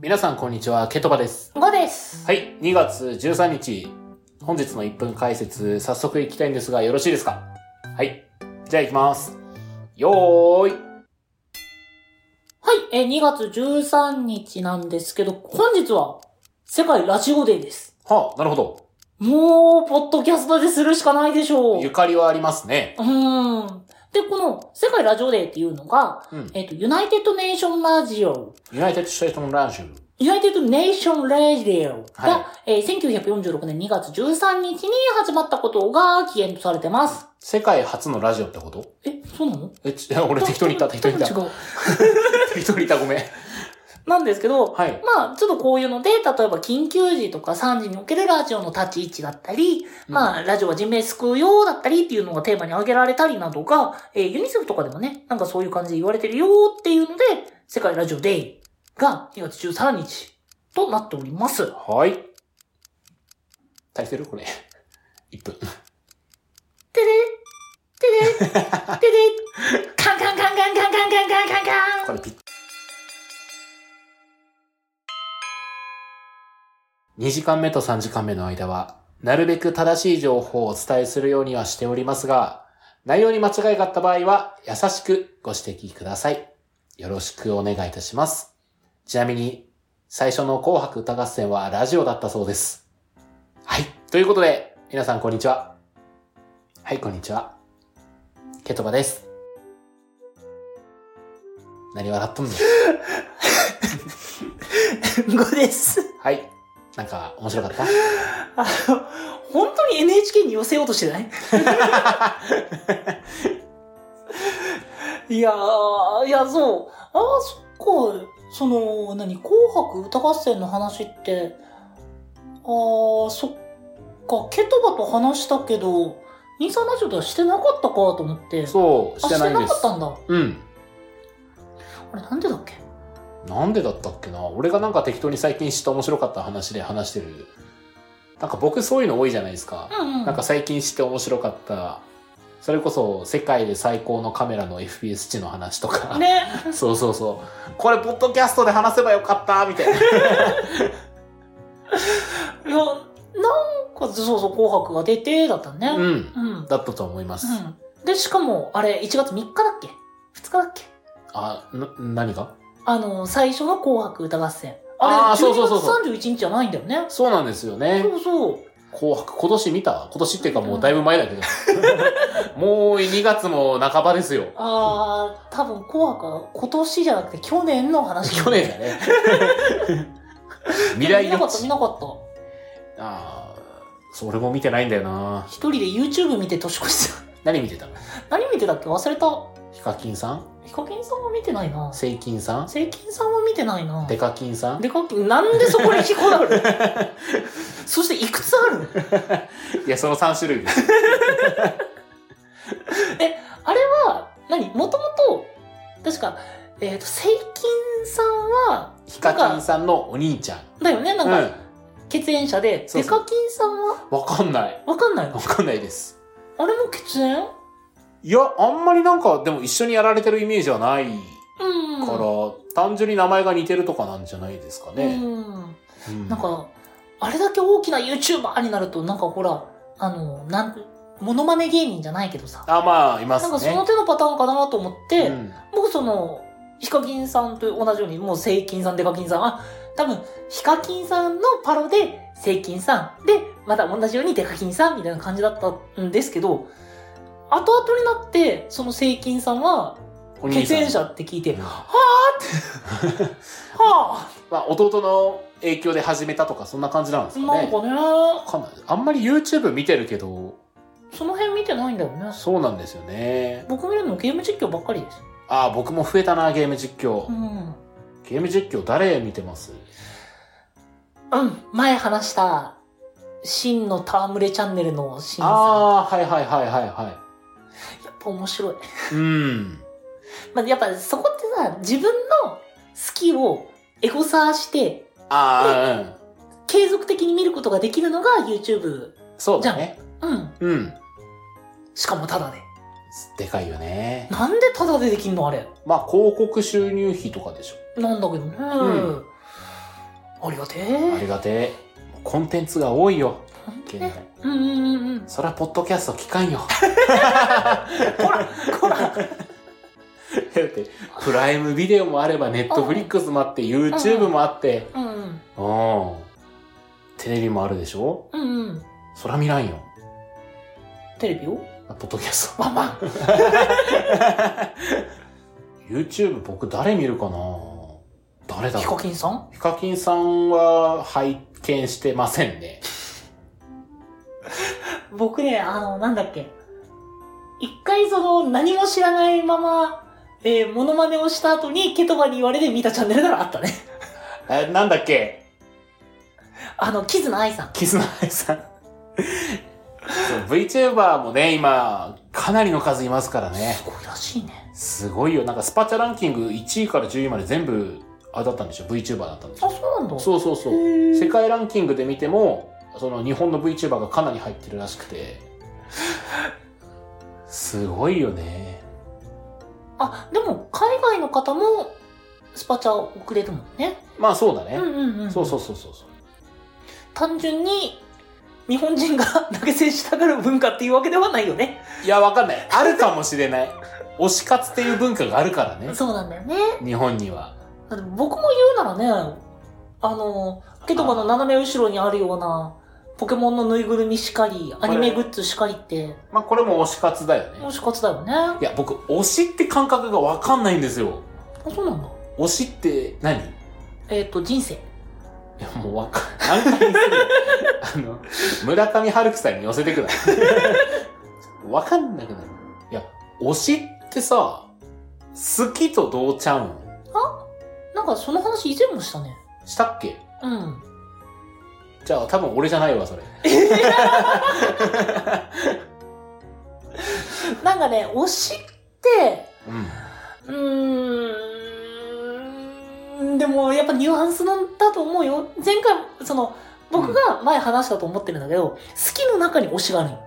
皆さんこんにちは、ケトバです。 5です。はい、2月13日、本日の1分解説、早速行きたいんですが、よろしいですかはい。じゃあ行きます。よーい。はい、えー、2月13日なんですけど、本日は、世界ラジオデーです。はあ、なるほど。もう、ポッドキャストでするしかないでしょう。ゆうかりはありますね。ーん。で、この、世界ラジオデーっていうのが、うん。えっ、と、ユナイテッドネーションラジオ、ユナイテッド・ステートのラジユナイテッドネーションラジオが、はえー1946年2月13日に始まったことが起源とされてます。世界初のラジオってことえ、そうなのえ、ち 俺適当に言った、適当に言った。多分違う適当に言った、ごめん。なんですけど、はい。まあ、ちょっとこういうので、例えば緊急時とか3時におけるラジオの立ち位置だったり、まあ、ラジオは人命救うよだったりっていうのがテーマに挙げられたりなどが、えーユニセフとかでもね、なんかそういう感じで言われてるよっていうので、世界ラジオデイが2月13日となっております。はい。足りてるこれ。1分。てれてれてれカンカンカンカンカンカンカンカンカンカンこれピッ。2時間目と3時間目の間は、なるべく正しい情報をお伝えするようにはしておりますが、内容に間違いがあった場合は、優しくご指摘ください。よろしくお願いいたします。ちなみに、最初の紅白歌合戦はラジオだったそうです。はい。ということで、皆さんこんにちは。はい、こんにちは。ケトバです。何笑っとんの 5です。はい。なんか、面白かったあの、本当に NHK に寄せようとして ないいやー、いや、そう。ああ、そっか。その、何、紅白歌合戦の話って、ああ、そっか、ケトバと話したけど、インサーラジオではしてなかったかと思って。う、そう、してないんであ、してなかすっ。たんだ。うん。あれ、なんでだっけなんでだったっけな俺がなんか適当に最近知った面白かった話で話してる。なんか僕そういうの多いじゃないですか。うんうん。なんか最近知って面白かった。それこそ世界で最高のカメラの FPS 値の話とか。ね。 そうそうそう。これポッドキャストで話せばよかったみたいな。いや、なんか、そうそう、紅白が出て、だったうね。ん。うん。うんだったと思います。うん。で、しかも、あれ、1月3日だっけ ?2 日だっけあ、な、何があの、最初の紅白歌合戦。あーあれ、そうそうそうそう12月31日じゃないんだよね。そうなんですよね。そうそう。紅白、今年見た今年っていうかもうだいぶ前だけ ど。もう2月も半ばですよ。あー、多分紅白は今年じゃなくて去年の話。去年だね。 未来予見なかった知見。なかった。ああ、それも見てないんだよな。一人で YouTube 見て年越しさ。何見てたの 何見てたっけ忘れた。ヒカキンさんヒカキンさんは見てないな。セイキンさんセイキンさんは見てないな。デカキンさんでかき、なんでそこに引っこだる そしていくつあるいや、その3種類 です。あれは、何もともと、確か、えっ、と、セイキンさんは、ヒカキンさんのお兄ちゃん。だよね、なうんんか、。血縁者で、そうデそうカキンさんは、わかんない。わかんないわのかんないです。あれも血縁いや、あんまりなんか、でも一緒にやられてるイメージはないかうん。ら、単純に名前が似てるとかなんじゃないですかね。うん。うんなんか、あれだけ大きな YouTuber になると、なんかほら、あの、なん、モノマネ芸人じゃないけどさ、あ、まあ、いまなすんかそねの。手のパターンかなと思って、うん僕その、ヒカキンさんと同じように、もうセイキンさん、デカキンさん、あ、多分、ヒカキンさんのパロで、セイキンさん、で、また同じようにデカキンさん、みたいな感じだったんですけど、後々になって、そのセイキンさんは、お兄血さん縁者って聞いて、うんはぁはまあ、弟の影響で始めたとか、そんな感じなんですぁかね。なんかね、わかんないあんまり YouTube 見てるけど、その辺見てないんだよね。そうなんですよね。僕見るのゲーム実況ばっかりです。ああ、僕も増えたな、ゲーム実況う。ん。ゲーム実況誰見てますうん、前話した、真の戯れチャンネルの真さん。ああ、はいはいはいはいはやっぱ面白い。い。うん。まあ、やっぱそこってさ、自分の好きをエゴサーして、ああ、継続的に見ることができるのが YouTube。うん。そうだね。うん。うん。しかもタダで。でかいよね。なんでタダでできんのあれ。まあ、広告収入費とかでしょ。なんだけどね。んありがてあえ。りがてえ。コンテンツが多いよ。本当現ね代。うんうんうんうん。そりゃ、ポッドキャスト聞かんよ。ほら、ほら。だって、プライムビデオもあれば、ネットフリックスもあって、YouTube もあって、うんうん。うん。テレビもあるでしょうんうん。そりゃ見らんよ。テレビをあポッドキャスト。まあま YouTube 僕誰見るかな誰あ、だヒろカうキンさんヒカキンさんは拝見してませんね。僕ね、あの、なんだっけ。一回その、何も知らないまま、えー、モノマネをした後に、ケトバに言われて見たチャンネルならあったね。え、なんだっけあの、キズナアイさん。キズナアイさん。 そう VTuber もね、今、かなりの数いますからね。すごいらしいね。すごいよ。なんかスパチャランキング1位から10位まで全部、あれだったんでしょ ?VTuber だったんであ、しょそうなんだ。そうそうそう。へー世界ランキングで見てもその日本の VTuber がかなり入ってるらしくてすごいよねあ、でも、海外の方も、スパチャをくれるもんね。まあそうだうねん、うんうん。そうそうそうそうそう単純に、日本人が投げ銭したがる文化っていうわけではないよね。いやわかんないあるかもしれない推し活っていう文化があるからねそうなんだよね。日本にはだって僕も言うならね、あの、ケトバの斜め後ろにあるような、ポケモンのぬいぐるみしかり、アニメグッズしかりって、まあこれも推し活だよもねしかつだよね。あい、や僕推しって感覚がわかんないんですよそうなんだ。推しって何いえっ、と、人生。やもうわかんない何回にするのあの村上春樹さんに寄せてくださいわかんなくなるいや推しってさ好きとどうちゃうんなんかその話以前もしたね。したっけうん。じゃあ多分俺じゃないわそれなんかね、推しって、うんうーん、でもやっぱニュアンスなんだと思うよ。前回、その、僕が前話したと思ってるんだけど、好きの中に推しがあるよ。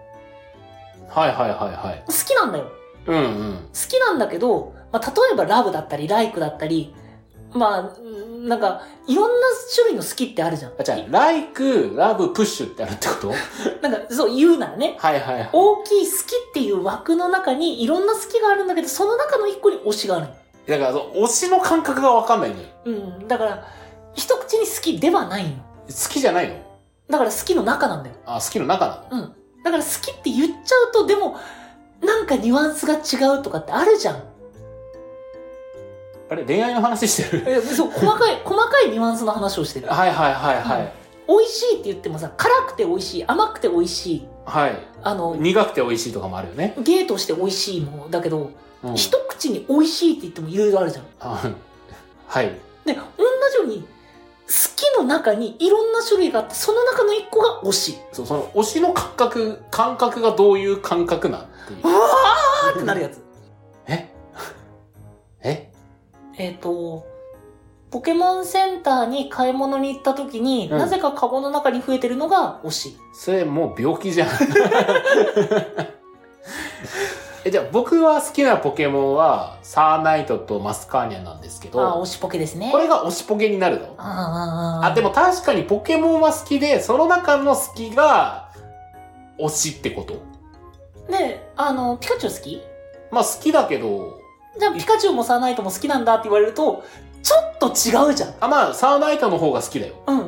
はいはいはいはい好きなんだよ。うんうん好きなんだけど、まあ、例えばラブだったり、ライクだったり、まあ、うんなんか、いろんな種類の好きってあるじゃん。あじゃあ like love push ってあるってことなんか、そう言うならね、はいはいはい大きい好きっていう枠の中にいろんな好きがあるんだけど、その中の一個に推しがあるだからその推しの感覚がわかんないのよの。うん。だから、一口に好きではないの。好きじゃないのだから好きの中なんだよ。あ好きの中なのうん。だから好きって言っちゃうと、でも、なんかニュアンスが違うとかってあるじゃん。あれ恋愛の話してるえそう、細かい、細かいニュアンスの話をしてる。 はいはいはいはい、美味しいって言ってもさ、辛くて美味しい、甘くて美味しい、はいあの、苦くて美味しいとかもあるよね、ゲーとして美味しいものだけど、うん、一口に美味しいって言ってもいろいろあるじゃん。あはいで、同じように、好きの中にいろんな種類があって、その中の一個が推し。そう、その推しの感覚、感覚がどういう感覚なんっていうう。わーってなるやつ。えええっ、と、ポケモンセンターに買い物に行った時に、うんなぜかカゴの中に増えてるのが推し。それもう病気じゃん。 え、じゃあ僕は好きなポケモンは、サーナイトとマスカーニャなんですけああ、ど、推しポケですね。これが推しポケになるのあーあー、あ、でも確かにポケモンは好きで、その中の好きが、推しってことで、あの、ピカチュウ好きまあ好きだけど、じゃあピカチュウもサーナイトも好きなんだって言われると、ちょっと違うじゃん。あ、まあサーナイトの方が好きだよ。うん。うん。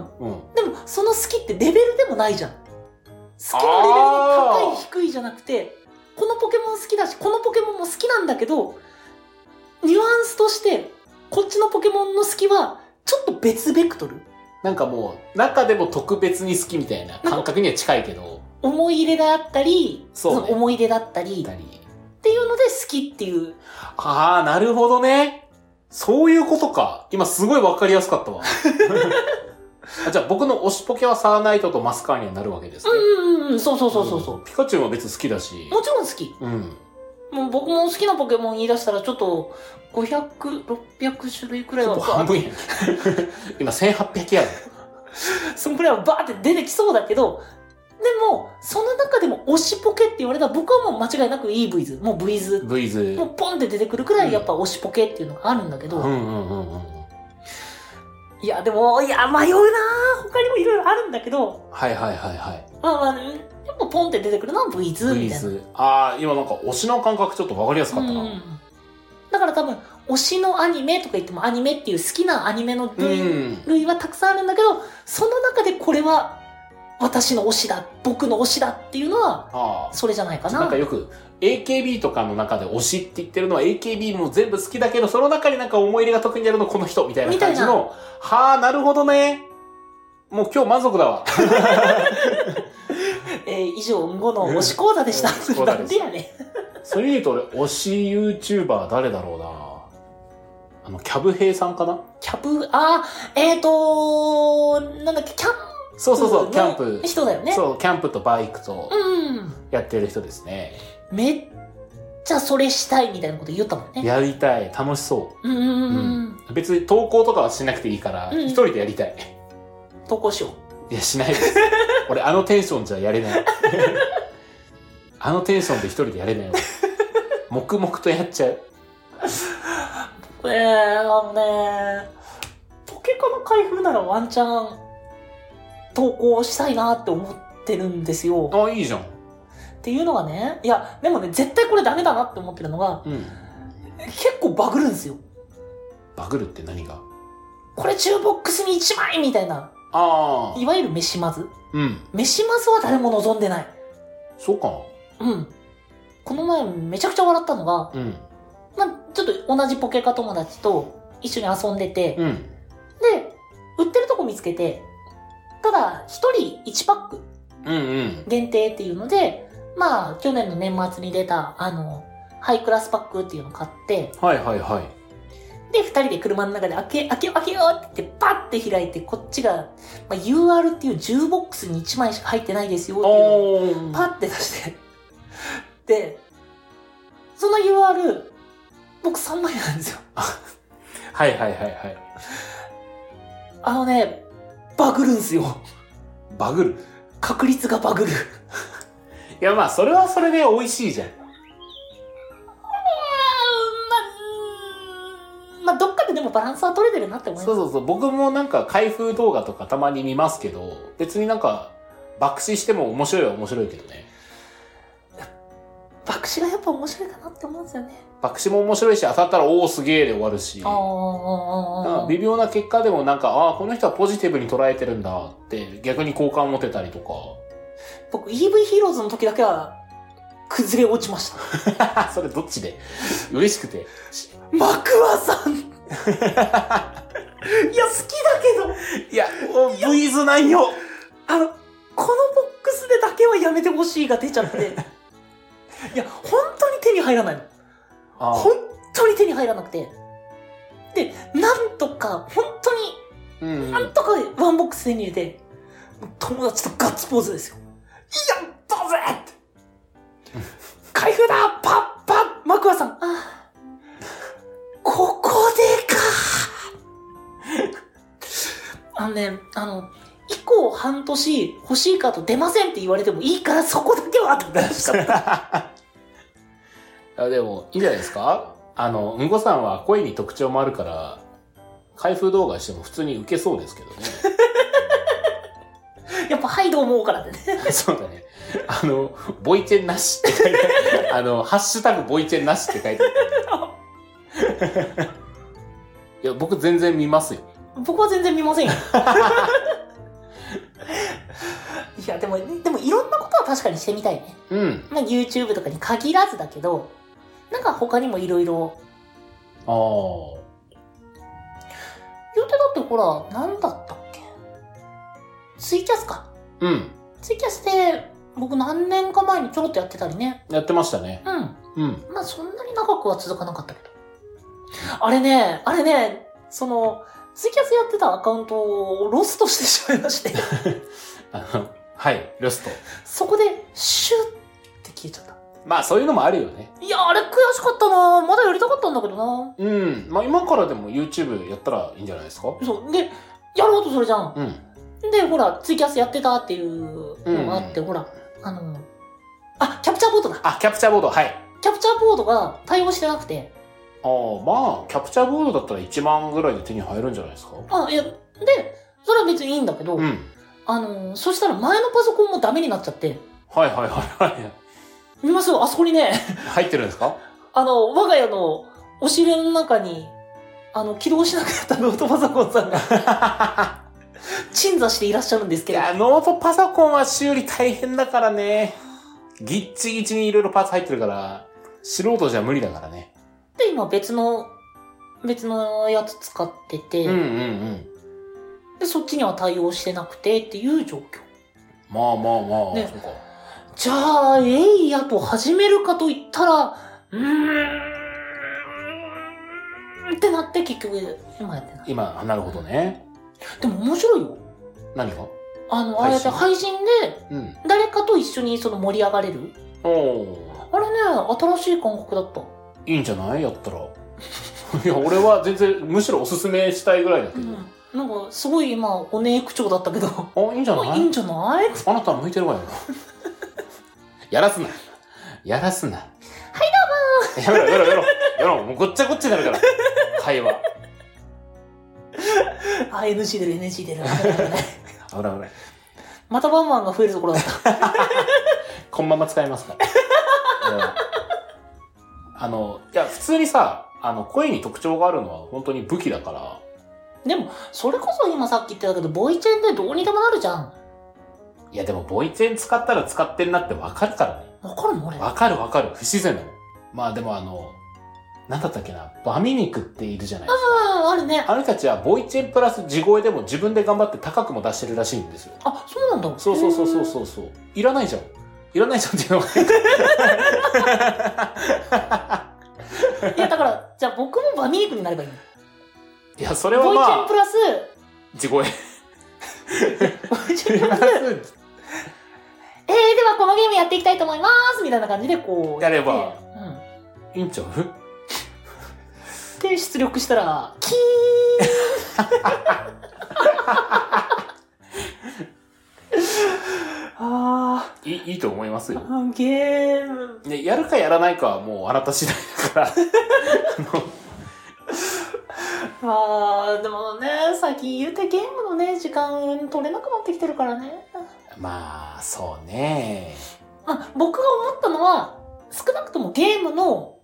でも、その好きってレベルでもないじゃん。好きのレベルの高い低いじゃなくて、このポケモン好きだし、このポケモンも好きなんだけど、ニュアンスとして、こっちのポケモンの好きは、ちょっと別ベクトル。なんかもう、中でも特別に好きみたいな感覚には近いけど、思い入れがあったり、そうねの思い出だったり、たっりていうので好きっていう。ああ、なるほどね。そういうことか。今すごいわかりやすかった わ。あじゃあ僕の推しポケはサーナイトとマスカーニャになるわけですね。うんうんうん、そうそうそうそうそう。ピカチュウも別に好きだし。もちろん好き。うん。もう僕も好きなポケモン言い出したらちょっと500、600種類くらいほはぼ半分やん。 今1800やん。そのくらいはバーって出てきそうだけど、でも、その中でも推しポケって言われたら僕はもう間違いなくいい V ズ、もう V ズ、ブイズ。もうポンって出てくるくらいやっぱ推しポケっていうのがあるんだけうど、んうんうんうん。いや、でも、いや、迷うなぁ他にもいろいろあるんだけど、はいはいはいはい。まあまあ、うんやっぱポンって出てくるのは V2 みたいな。 V's。ああ、今なんか推しの感覚ちょっとわかりやすかったな。うんだから多分、推しのアニメとか言っても、アニメっていう好きなアニメのう類,、ん。類はたくさんあるんだけど、その中でこれは、私の推しだ、僕の推しだっていうのは、あそれじゃないかあ。な。なんかよく AKB とかの中で推しって言ってるのは AKB も全部好きだけど、その中になんか思い入れが特にあるのこの人みたいな感じみたいの、はあ、なるほどね。もう今日満足 だわ。えー以上、うんごの推し講座でした。うん推し講な座ですんでやね。それで言うと俺、推し YouTuber 誰だろうな。あの、キャブヘイさんかなん キャプ、あー、えーとなんだっけ、キャンそうそうそう、プキャンプの。人だよね。そう、キャンプとバイクとうん。やってる人ですね。めっちゃそれしたいみたいなこと言ったもんね。やりたい、楽しそうんうんうんうん。う。別に投稿とかはしなくていいから、うん一人でやりたい。投稿しよう。いや、しないです。 俺、あのテンションじゃやれない。あのテンションで一人でやれないわ。黙々とやっちゃう。えー、あのね、ポケカの開封ならワンチャン投稿したいなって思ってるんですよ。あ、いいじゃん。っていうのがね、いや、でもね、絶対これダメだなって思ってるのが、うん。結構バグるんですよ。バグるって何がこれ中ボックスに1枚みたいな、ああ。いわゆる飯まず。うん。飯まずは誰も望んでない。そうかうん。この前めちゃくちゃ笑ったのな。が、うん。まあ、ちょっと同じポケカ友達と一緒に遊んでて、うん。で、売ってるとこ見つけて、ただ、一人1パックうんうん。限定っていうので、まあ、去年の年末に出た、あの、ハイクラスパックっていうのを買って、はいはいはい。で、二人で車の中で開け、開けよう、開けようって言って、パッて開いて、こっちが、まあ、UR っていう重ボックスに1枚しか入ってないですよっていうのを、おー。パッて出して、で、その UR、僕3枚なんですよ。はいはいはいはい。あのね、バグるんすよ。バグる。確率がバグる。いやまあ、それはそれで美味しいじゃん。あーまあ、うんまあ、どっかででもバランスは取れてるなって思います。そうそうそう。僕もなんか開封動画とかたまに見ますけど、別になんか爆死しても面白いは面白いけどね。爆死がやっぱ面白いかなって思うんですよね。爆死も面白いし、当たったらおおすげえで終わるし。あなんあか微妙な結果でもなんか、ああ、この人はポジティブに捉えてるんだって逆に好感を持てたりとか。 僕 EV ヒーローズの時だけは崩れ落ち ました。それどっちで嬉しくて。マクワさんいや、好きだけど、いや、V ズ内容あの、このボックスでだけはやめてほしいが出ち ゃって。いや、本当に手に入らないの。あ本当に手に入らなくて。で、なんとか、本当にーうん なんとかワンボックス手に入れて、友達とガッツポーズですよ。やったぜって。開封だパッパッマクワさん。ああここでかあのね、あの、以降半年欲しいカード出ませんって言われてもいいからそこだけは当たってほし かった。いやでも、いいんじゃないですかあの、うんごさんは声に特徴もあるから、開封動画しても普通に受けそうですけどね。やっぱはいどう思うからって ね。そうだね。あの、ボイチェンなしって書いてあ る。あの、ハッシュタグボイチェンなしって書いてある。 いや、僕全然見ますよ。僕は全然見ませんよ。いや、でも、でもいろんなことは確かにしてみたいね。うん。まあ、YouTube とかに限らずだけど、なんか他にもいろいろ。ああ。言うてだってほら、なんだったっけツイキャスか。うん。ツイキャスで、僕何年か前にちょろっとやってたりね。やってましたね。うん。うん。まあそんなに長くは続かなかったけど。あれね、あれね、その、ツイキャスやってたアカウントをロストしてしまいまして、あの、はい、ロスト。そこでシュッって消えちゃった。まあ、そういうのもあるよね。いや、あれ悔しかったなまだやりたかったんだけどなうん。まあ、今からでも YouTube やったらいいんじゃないですかそう。で、やろうとするじゃん。うん。で、ほら、ツイキャスやってたっていうのがあって、うんほら、あの、あ、キャプチャーボードだ。あ、キャプチャーボード、はい。キャプチャーボードが対応してなくて、あああ、まあ、キャプチャーボードだったら1万ぐらいで手に入るんじゃないですか。あ、いや、で、それは別にいいんだけど、うん。あのー、そしたら前のパソコンもダメになっちゃって、はいはいはいは見ますよ、あそこにね、 い。入ってるんですかあの、我が家の押し入れの中に、あの、起動しなくなったノートパソコンさんが、 鎮座していらっしゃるんですいけど、や、ノートパソコンは修理大変だからね。ギッチギチにいろいろパーツ入ってるから、素人じゃ無理だからね。で、今別の、別のやつ使ってて、うんうんうん。で、そっちには対応してなくてっていう状況。まあまあまあ。ねそうかじゃあ、えいやと始めるかと言ったら、うーん、ってなって結局、今やってない。今、なるほどね。でも面白いよ。何があの、ああ配やって信配信でうん。誰かと一緒にその盛り上がれる。おおあれね、新しい感覚だった。いいんじゃないやったら。いや、俺は全然、むしろおすすめしたいぐらいだけうど。ん。なんか、すごい今、おねえ口調だったけど。まあ、いいんじゃなあ、いいいんじゃないあなたは向いてるわよ。やらすな。やらすな。はい、どうも。やめろ、やめろ、やめろ。やめろ、もうごっちゃごっちゃになるから。会話。あ、NG 出る、NG 出危る。ない危ない。またバンバンが増えるところだった。こんまま使えますから。うんあの、いや、普通にさ、あの、声に特徴があるのは本当に武器だから。でも、それこそ今さっき言ってたけど、ボイチェンでどうにでもなるじゃん。いや、でも、ボイチェン使ったら使ってんなってわかるからね。わかるの俺。わかるわかる。不自然だもん。まあでもあの、なんだったっけな、バミ肉っているじゃないですか。ああるね。あの人たちはボイチェンプラス地声でも自分で頑張って高くも出してるらしいんですよ。あ、そうなんだ。そうそうそうそうへそうそう。いらないじゃん。いらないじゃんっていうのが。ー。いや、だから、じゃあ僕もバミークになればいいの。いや、それはボイまチェンあプ、ラス、地声。ボイチェンプラス、えー、ではこのゲームやっていきたいと思いますみたいな感じでこう。やればってうん。いいんちゃうで、出力したら、キーンあいい、いいと思いますよ。ー、ゲーム。ね、やるかやらないかはもうあなた次第だから。 あー、でもね、最近言うてゲームのね、時間取れなくなってきてるからね。まあ、そうね。まあ、僕が思ったのは、少なくともゲームの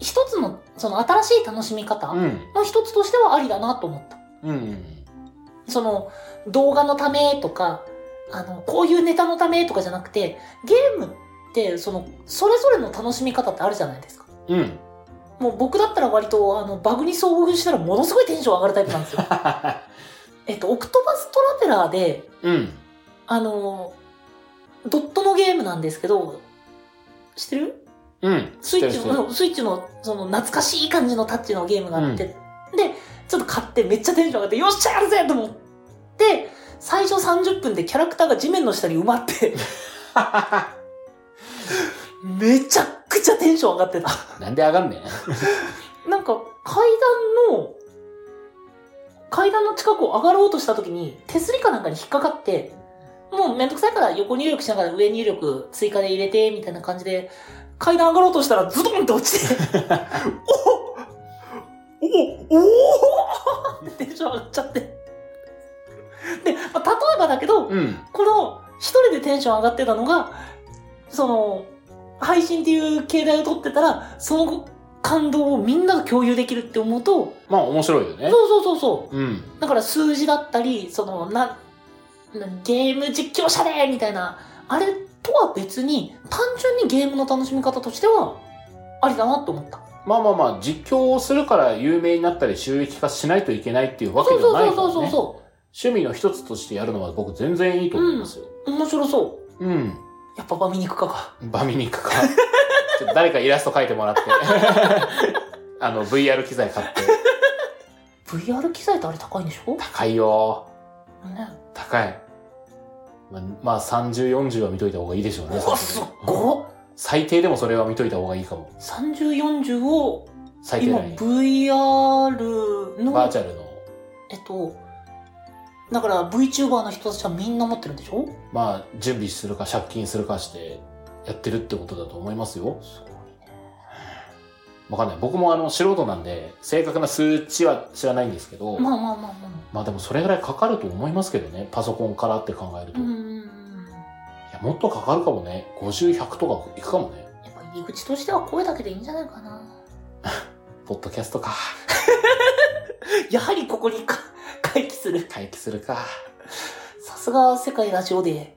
一つの、その新しい楽しみう方ん。の一つとしてはありだなと思った。うん。その動画のためとか、あの、こういうネタのためとかじゃなくて、ゲームって、その、それぞれの楽しみ方ってあるじゃないですか。 うん。もう僕だったら割と、あの、バグに遭遇したらものすごいテンション上がるタイプな んですよ。えっと、オクトパストラベラーで、うん。あの、ドットのゲームなんですけど、知ってるうん。スイッチ知ってる知ってるの、スイッチの、その、懐かしい感じのタッチのゲームがあって、で、ちょっと買ってめっちゃテンション上がって、よっしゃやるぜと思って、最初30分でキャラクターが地面の下に埋ま って、めちゃくちゃテンション上がってた。 なんで上がんねん。なんか、階段の、階段の近くを上がろうとした時に、手すりかなんかに引っかかって、もうめんどくさいから横入力しながら上入力追加で入れて、みたいな感じで、階段上がろうとしたらズドンって落ちて、おおおおってテンション上がっちゃって。で、まあ、例えばだけど、うん。この一人でテンション上がってたのが、その、配信っていう携帯を取ってたら、その感動をみんなと共有できるって思うと、まあ、面白いよそうね。そうそうそうん。う。だから数字だったり、その、な、なゲーム実況者でみたいな、あれとは別に、単純にゲームの楽しみ方としては、ありだなと思った。まあまあまあ、実況をするから有名になったり収益化しないといけないっていうわけそうではないそかうら、ね。そうそうそ趣味の一つとしてやるのは僕全然いいと思いますよ。う。面白そう。うん。やっぱバミに行くかか。バミ肉か。ちょっと誰かイラスト描いてもらって。あの、VR 機材買って。 VR 機材ってあれ高いんでしょね。高いよ。高い。まあ、まあ、30、40は見といた方がいいでしょうね。うわ、すっうんごっ最低でもそれは見といた方がいいかも。 30、40を最低今なりに。 VR バーの、チャルの、えっと、だから VTuber の人たちはみんな持ってるんでしょまあ、準備するか借金するかしてやってるってことだと思いますよ。わかんない。僕もあの、素人なんで、正確な数値は知らないんですけど、まあまあまあままあでもそれぐらいかかると思いますけどね。パソコンからって考えるあ。と。ういん。や、もっとかかるかもね。50、100とかいくかもね。やっぱ入り口としては声だけでいいんじゃないかな。ポッドキャストか。やはりここにか回帰する。回帰するか。さすが世界ラジオで。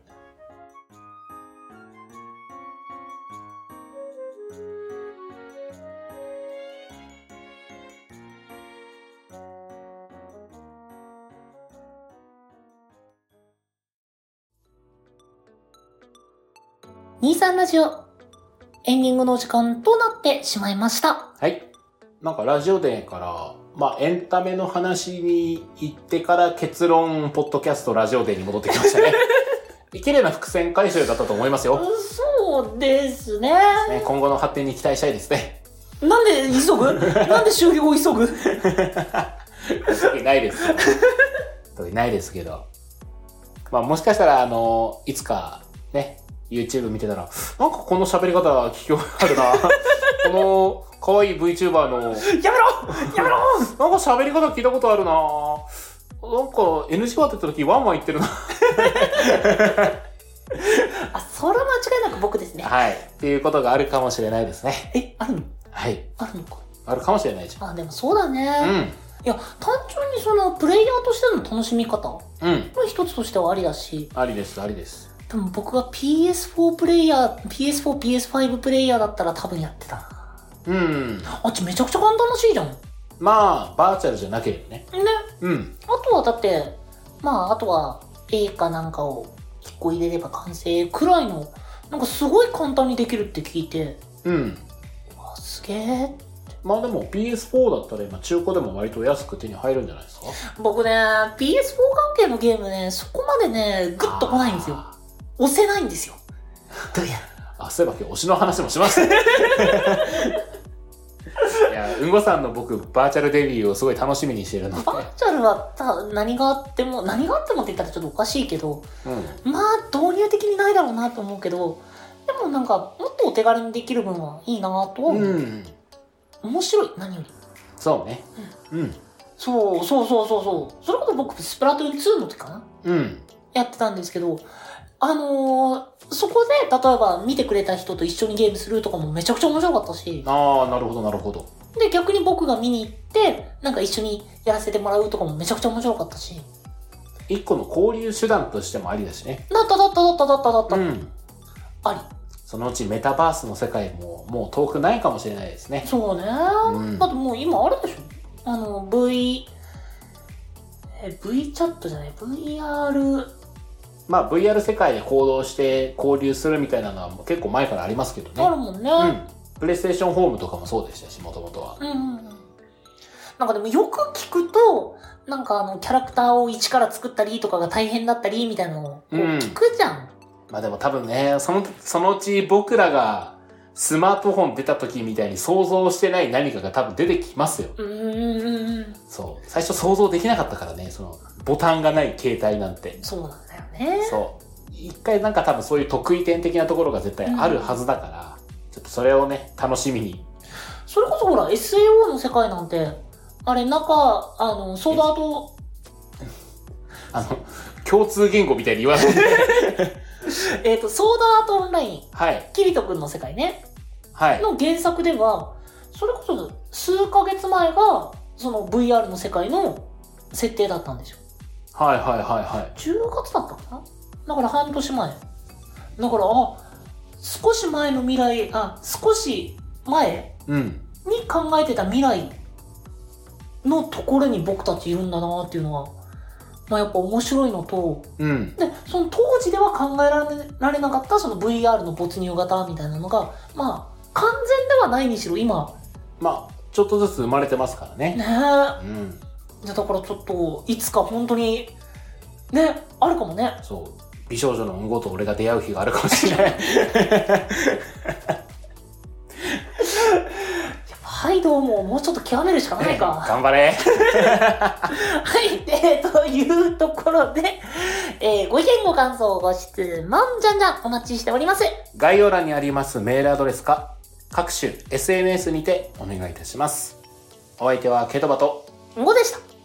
23ラジオ、エンディングのお時間となってしまいました。はい。なんかラジオでから、まあエンタメの話に行ってから結論、ポッドキャストラジオデーに戻ってきましたね。綺麗な伏線回収だったと思います よ。そうですね。ね今後の発展に期待したいですね。なんで急ぐ なんで終了を急ぐ 特にないですけど。特にないですけど。まあもしかしたら、あの、いつか、ね、YouTube 見てたら、なんかこの喋り方聞き覚えあるな。この、可愛い VTuber の、やめろやめろなんか喋り方聞いたことあるななんか NG ワードやった時ワンワン言ってるな。あ、それは間違いなく僕ですね。はい。っていうことがあるかもしれないですね。え、あるのはい。あるのか。あるかもしれないじあ、でもそうだゃね。ん。いや、単純にその、プレイヤーとしての楽しみ方のうん。うん。一つとしてはありだし、ありです、ありです。多分僕が PS4 プレイヤー、PS4、PS5 プレイヤーだったら多分やってたな。うん。あっちめちゃくちゃ簡単らしいじゃん。ね。まあ、バーチャルじゃなければね。うん。あとはだって、まあ、あとは、A かなんかを1個入れれば完成くらいの、なんかすごい簡単にできるって聞いて、うん。わ、すげえ。まあでも PS4 だったら今中古でも割と安く手に入るんじゃないですか僕ね、PS4 関係のゲームね、そこまでね、グッと来ないんですよ。あ押せないんですよ。どうやーあ、そういえば今日推しの話もしました ね。いや、うんごさんの僕、バーチャルデビューをすごい楽しみにしてるので。バーチャルはた何があっても、何があってもって言ったらちょっとおかしいけど、うん。まあ導入的にないだろうなと思うけど、でもなんか、もっとお手軽にできる分はいいなとは思う、うん。面白い、何より。そうね。うん。そう、そうそうそうそう。それこそ僕、スプラトゥーン2の時かなうん。やってたんですけど、あのーそこで、例えば見てくれた人と一緒にゲームするとかもめちゃくちゃ面白かったし、ああ、なるほど、なるほど。で、逆に僕が見に行って、なんか一緒にやらせてもらうとかもめちゃくちゃ面白かったし、一個の交流手段としてもありだしね。だっただっただっただっただった、ん。あそのうちメタバースの世界ももう遠くないかもしれないですねり。。そうね。うんだってもう今あれでしょあの、V、え、V チャットじゃない、VR、まあ VR 世界で行動して交流するみたいなのはもう結構前からありますけどあるね。もんね。うん。プレイステーションホームとかもそうでしたし、もともとは。うんうんうんなんかでもよく聞くと、なんかあの、キャラクターを一から作ったりとかが大変だったりみたいなのをこううん聞くじゃん。まあでも多分ね、その、そのうち僕らがスマートフォン出た時みたいに想像してない何かが多分出てきますよ。うん、うんうんうん。そう。最初想像できなかったからね、その、ボタンがない携帯なんて。そうなんだよね。そう。一回なんか多分そういう得意点的なところが絶対あるはずだから、ちょっとそれをね、楽しみに。それこそほら、SAO の世界なんて、あれ、中、あの、ソードアート、あの、共通言語みたいに言わないで。えっ、と、ソードアートオンライン、はい。キリト君の世界ね、はい。の原作では、それこそ数ヶ月前が、その VR の世界の設定だったんですよ。はいはいはいはい。 10月だったかなだから半年前だからあ少し前の未来あ少し前うん。に考えてた未来のところに僕たちいるんだなっていうのは、まあ、やっぱ面白いのとうん。でその当時では考えられられなかったその VR の没入型みたいなのがまあ完全ではないにしろ今まあ、ちょっとずつ生まれてますからね。ねうえん。だからちょっといつか本当にねあるかもねそう。美少女のうんごと俺が出会う日があるかもしれない。はいどうももうちょっと極めるしかない か。頑張れ。はい、えー、というところで、えーご意見ご感想ご質問じゃんじゃんお待ちしております。概要欄にありますメールアドレスか、各種 SNS にてお願いいたします。お相手はケトバとんごでした。